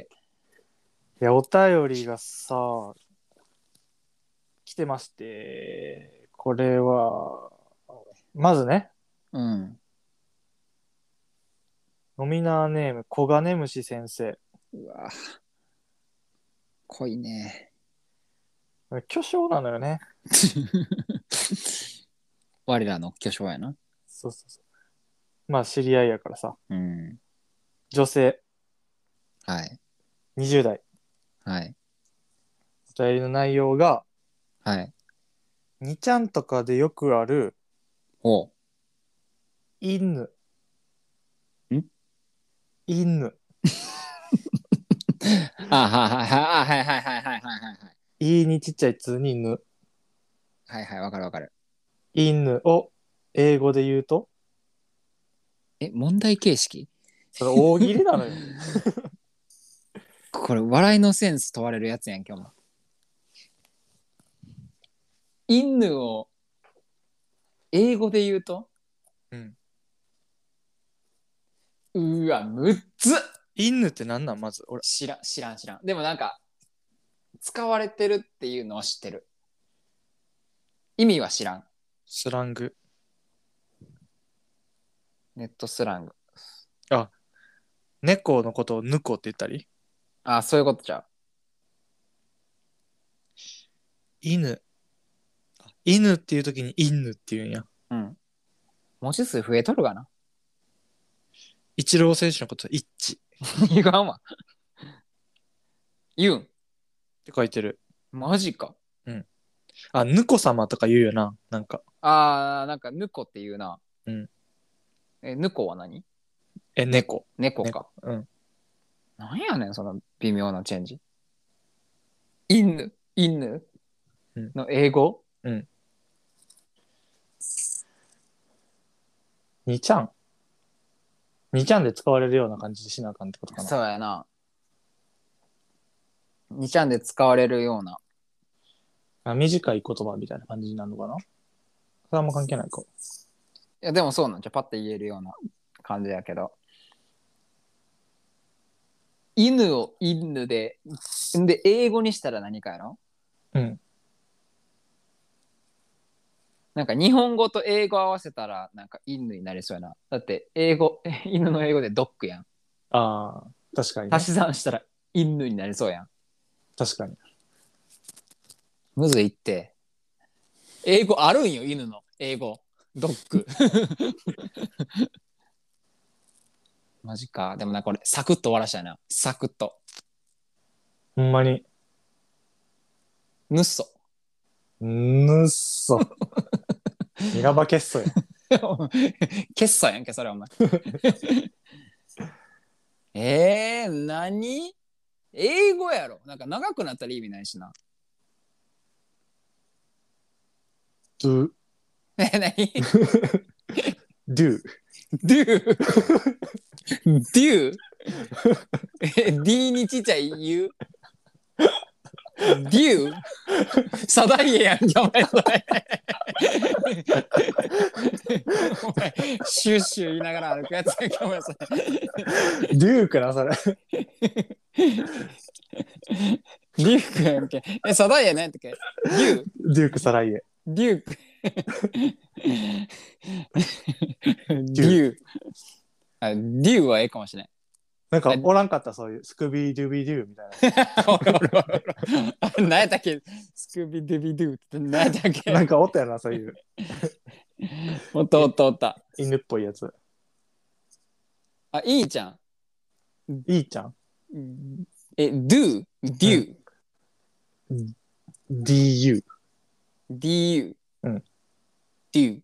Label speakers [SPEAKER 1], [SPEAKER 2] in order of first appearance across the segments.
[SPEAKER 1] いや、お便りがさ、来てまして、これは、まずね、
[SPEAKER 2] うん。
[SPEAKER 1] ノミナーネーム、コガネムシ先生。
[SPEAKER 2] うわぁ濃いね。
[SPEAKER 1] 巨匠なのよね。
[SPEAKER 2] 我らの巨匠やな。
[SPEAKER 1] そうそうそう。まあ、知り合いやからさ、
[SPEAKER 2] うん。
[SPEAKER 1] 女性、
[SPEAKER 2] はい。
[SPEAKER 1] 20代。
[SPEAKER 2] はい。
[SPEAKER 1] お便りの内容が、
[SPEAKER 2] はい。
[SPEAKER 1] 2ちゃんとかでよくある、
[SPEAKER 2] おう
[SPEAKER 1] 犬。
[SPEAKER 2] ん
[SPEAKER 1] 犬。
[SPEAKER 2] あはいはいはいはいはいはいはいはいはい。
[SPEAKER 1] いにちっちゃい通にぬ。
[SPEAKER 2] はいはい、わかるわかる。
[SPEAKER 1] 犬を英語で言うと、
[SPEAKER 2] え、問題形式
[SPEAKER 1] それ大喜利なのよ。
[SPEAKER 2] これ、笑いのセンス問われるやつやん、今日も。犬を英語で言うと
[SPEAKER 1] うん。
[SPEAKER 2] うわ、むっつ
[SPEAKER 1] 犬ってなんなんまず、俺。
[SPEAKER 2] 知らん、知らん、知らん。でもなんか、使われてるっていうのは知ってる。意味は知らん。
[SPEAKER 1] スラング。
[SPEAKER 2] ネットスラング。
[SPEAKER 1] 猫のことをぬこって言ったり
[SPEAKER 2] あ、そういうことじゃう。
[SPEAKER 1] 犬あ犬っていう時に犬っていうんや
[SPEAKER 2] うん。文字数増えとるがな。
[SPEAKER 1] 一郎選手のこと一致っ
[SPEAKER 2] 言わんわ。言うん。
[SPEAKER 1] て書いてる
[SPEAKER 2] マジか。
[SPEAKER 1] あぬこ様とか言うよななんか
[SPEAKER 2] あー、なんか、ぬこって言うな。
[SPEAKER 1] うん。
[SPEAKER 2] え、ぬこは何
[SPEAKER 1] え猫
[SPEAKER 2] 猫か。
[SPEAKER 1] うん。
[SPEAKER 2] なんやねん、その微妙なチェンジ。犬、犬
[SPEAKER 1] うん
[SPEAKER 2] の英語
[SPEAKER 1] 二ちゃん二ちゃんで使われるような感じでしなあかんってことかな
[SPEAKER 2] そうやな。2ちゃんで使われるような。
[SPEAKER 1] あ短い言葉みたいな感じになるのかなそれはあんま関係ないか
[SPEAKER 2] いや、でもそうなんじゃ、パッて言えるような感じやけど。犬を犬で、んで、英語にしたら何かやろ
[SPEAKER 1] うん。
[SPEAKER 2] なんか日本語と英語合わせたら、なんか犬になりそうやな。だって、英語、 犬の英語でドッグやん。
[SPEAKER 1] あー確かにね、
[SPEAKER 2] 足し算したら犬になりそうやん。
[SPEAKER 1] 確かに
[SPEAKER 2] むずいって。英語あるんよ、犬の。英語。ドッグ。マジか。でもなんかこれ、サクッと終わらしたいな。サクッと。
[SPEAKER 1] ほんまに
[SPEAKER 2] ぬっそ。
[SPEAKER 1] ぬっ そニラバケッソや
[SPEAKER 2] 決算やんけ、それお前。 えー、何英語やろ。なんか長くなったら意味ないしな。
[SPEAKER 1] ドゥ
[SPEAKER 2] え、何
[SPEAKER 1] ドゥ
[SPEAKER 2] do do え d にちっちゃい u do サダイエやんけお前それお前シュッシュ言いながら歩くやつやんけお前それ
[SPEAKER 1] ドゥかなそれ
[SPEAKER 2] デュークやんけえサダイエなんやったっけデュー
[SPEAKER 1] デュークサライエ
[SPEAKER 2] デューク。デ
[SPEAKER 1] ュ
[SPEAKER 2] ューあ。デューはええかもしれん。
[SPEAKER 1] なんか
[SPEAKER 2] あ
[SPEAKER 1] おらんかったそういうスクビードゥビードゥみたい
[SPEAKER 2] おらおらおらあ 何やったっけスクービーデビドゥって何やったっけ
[SPEAKER 1] ななんかおったよなそういう
[SPEAKER 2] おったおったおった。
[SPEAKER 1] 犬っぽいやつ
[SPEAKER 2] あ、いいじゃ
[SPEAKER 1] いいちゃん
[SPEAKER 2] ん。え、ドゥ、デュー、
[SPEAKER 1] DU
[SPEAKER 2] デュー、
[SPEAKER 1] うん
[SPEAKER 2] デュ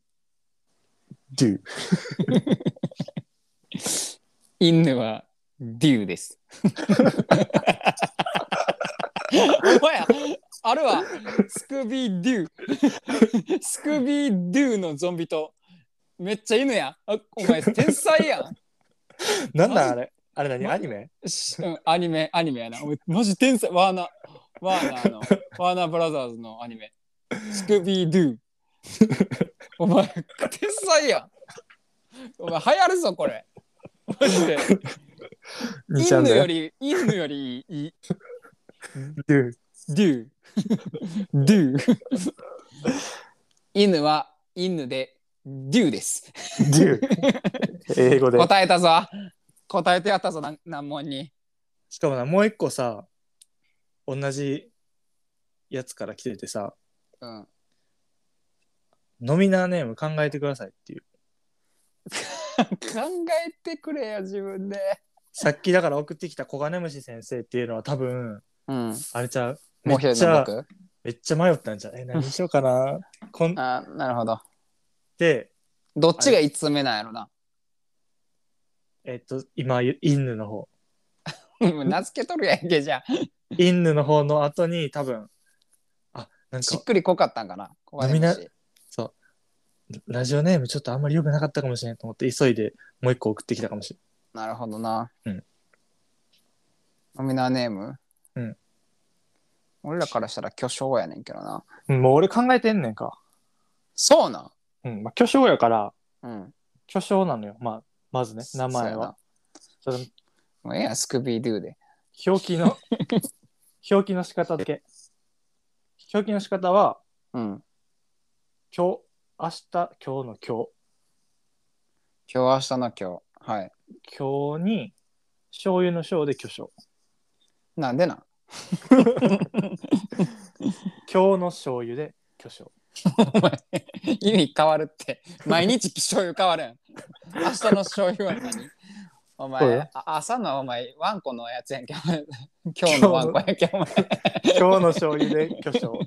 [SPEAKER 2] ー、
[SPEAKER 1] ドゥ
[SPEAKER 2] 犬はデューです。お前やあれはスクービーデュー。スクービーデューのゾンビとめっちゃ犬やん。あお前天才やん。
[SPEAKER 1] なんだあれあれ何
[SPEAKER 2] マ
[SPEAKER 1] アニメ
[SPEAKER 2] しうんアニメ、アニメやな。お前マジ天才、ワーナー、ワーナーの、ワーナーブラザーズのアニメ。スクービードゥお前、天才やん。お前、流行るぞ、これ。マジで。
[SPEAKER 1] 2ちゃん
[SPEAKER 2] 犬よ
[SPEAKER 1] で。
[SPEAKER 2] り、犬よりいい。
[SPEAKER 1] ドゥ。
[SPEAKER 2] ドゥ。ドゥ。犬は犬で、ドゥです。
[SPEAKER 1] ドゥ。 英語で。
[SPEAKER 2] 答えたぞ。答えてやったぞ、なん難問に。
[SPEAKER 1] しかもな、もう一個さ、同じやつから来ててさ、
[SPEAKER 2] うん。
[SPEAKER 1] ノミナーネーム考えてくださいっていう。
[SPEAKER 2] 考えてくれよ、自分で。
[SPEAKER 1] さっきだから送ってきたコガネムシ先生っていうのは多分、
[SPEAKER 2] うん。
[SPEAKER 1] あれちゃう。め
[SPEAKER 2] もう
[SPEAKER 1] っ
[SPEAKER 2] 一
[SPEAKER 1] ち
[SPEAKER 2] 人の
[SPEAKER 1] ゃ、
[SPEAKER 2] 僕
[SPEAKER 1] めっちゃ迷ったんじゃうえ、何しようかな。こんっ
[SPEAKER 2] あなるほど。
[SPEAKER 1] て、
[SPEAKER 2] どっちが一つ目なんやろな。
[SPEAKER 1] えっと、今、インヌの方。
[SPEAKER 2] もう名付けとるやんけ、じゃあ。
[SPEAKER 1] インヌの方の後に多分、あ、なん
[SPEAKER 2] し
[SPEAKER 1] か
[SPEAKER 2] っ、くり濃かったんかな。ここで
[SPEAKER 1] みん
[SPEAKER 2] も
[SPEAKER 1] な
[SPEAKER 2] し
[SPEAKER 1] ラジオネームちょっとあんまり良くなかったかもしれないと思って、急いでもう一個送ってきたかもしれない。
[SPEAKER 2] なるほどな。
[SPEAKER 1] うん。
[SPEAKER 2] ノミナーネーム
[SPEAKER 1] うん。
[SPEAKER 2] 俺らからしたら巨匠やねんけどな。
[SPEAKER 1] うんもう俺考えてんねんか。
[SPEAKER 2] そうな
[SPEAKER 1] うん、まあ、巨匠やから、
[SPEAKER 2] ん。うん。
[SPEAKER 1] 巨匠なのよ。まあ、まずね、名前は。それ
[SPEAKER 2] そうやな。もうええやん、スクビードゥで。
[SPEAKER 1] 表記 の表記の仕方だけ表記の仕方は
[SPEAKER 2] うん。
[SPEAKER 1] 今日明日今日の今
[SPEAKER 2] 今日、明日の今日。はい。
[SPEAKER 1] 日今日に醤油の醤で巨匠
[SPEAKER 2] なんでなん
[SPEAKER 1] 今日の醤油で巨匠
[SPEAKER 2] お前、意味変わるって。毎日醤油変わるん。明日の醤油は何お
[SPEAKER 1] そう
[SPEAKER 2] 前
[SPEAKER 1] や、
[SPEAKER 2] あ朝のお前、ワンコのやつやんけ。 お前今日のワンコやんけ。お前、
[SPEAKER 1] 今日の醤油で巨匠
[SPEAKER 2] お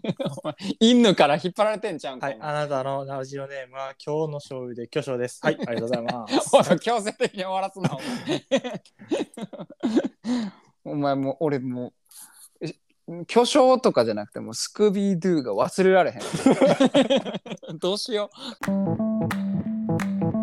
[SPEAKER 2] 前犬から引っ張られてんちゃうんか。
[SPEAKER 1] はいあなたのラジオネームは今日の醤油で巨匠ですはいありがとうございます
[SPEAKER 2] お前強制的に終わらすな、お前。お前 もう、俺もう、え巨匠とかじゃなくて、もうスクビー ドゥが忘れられへん。どうしよう。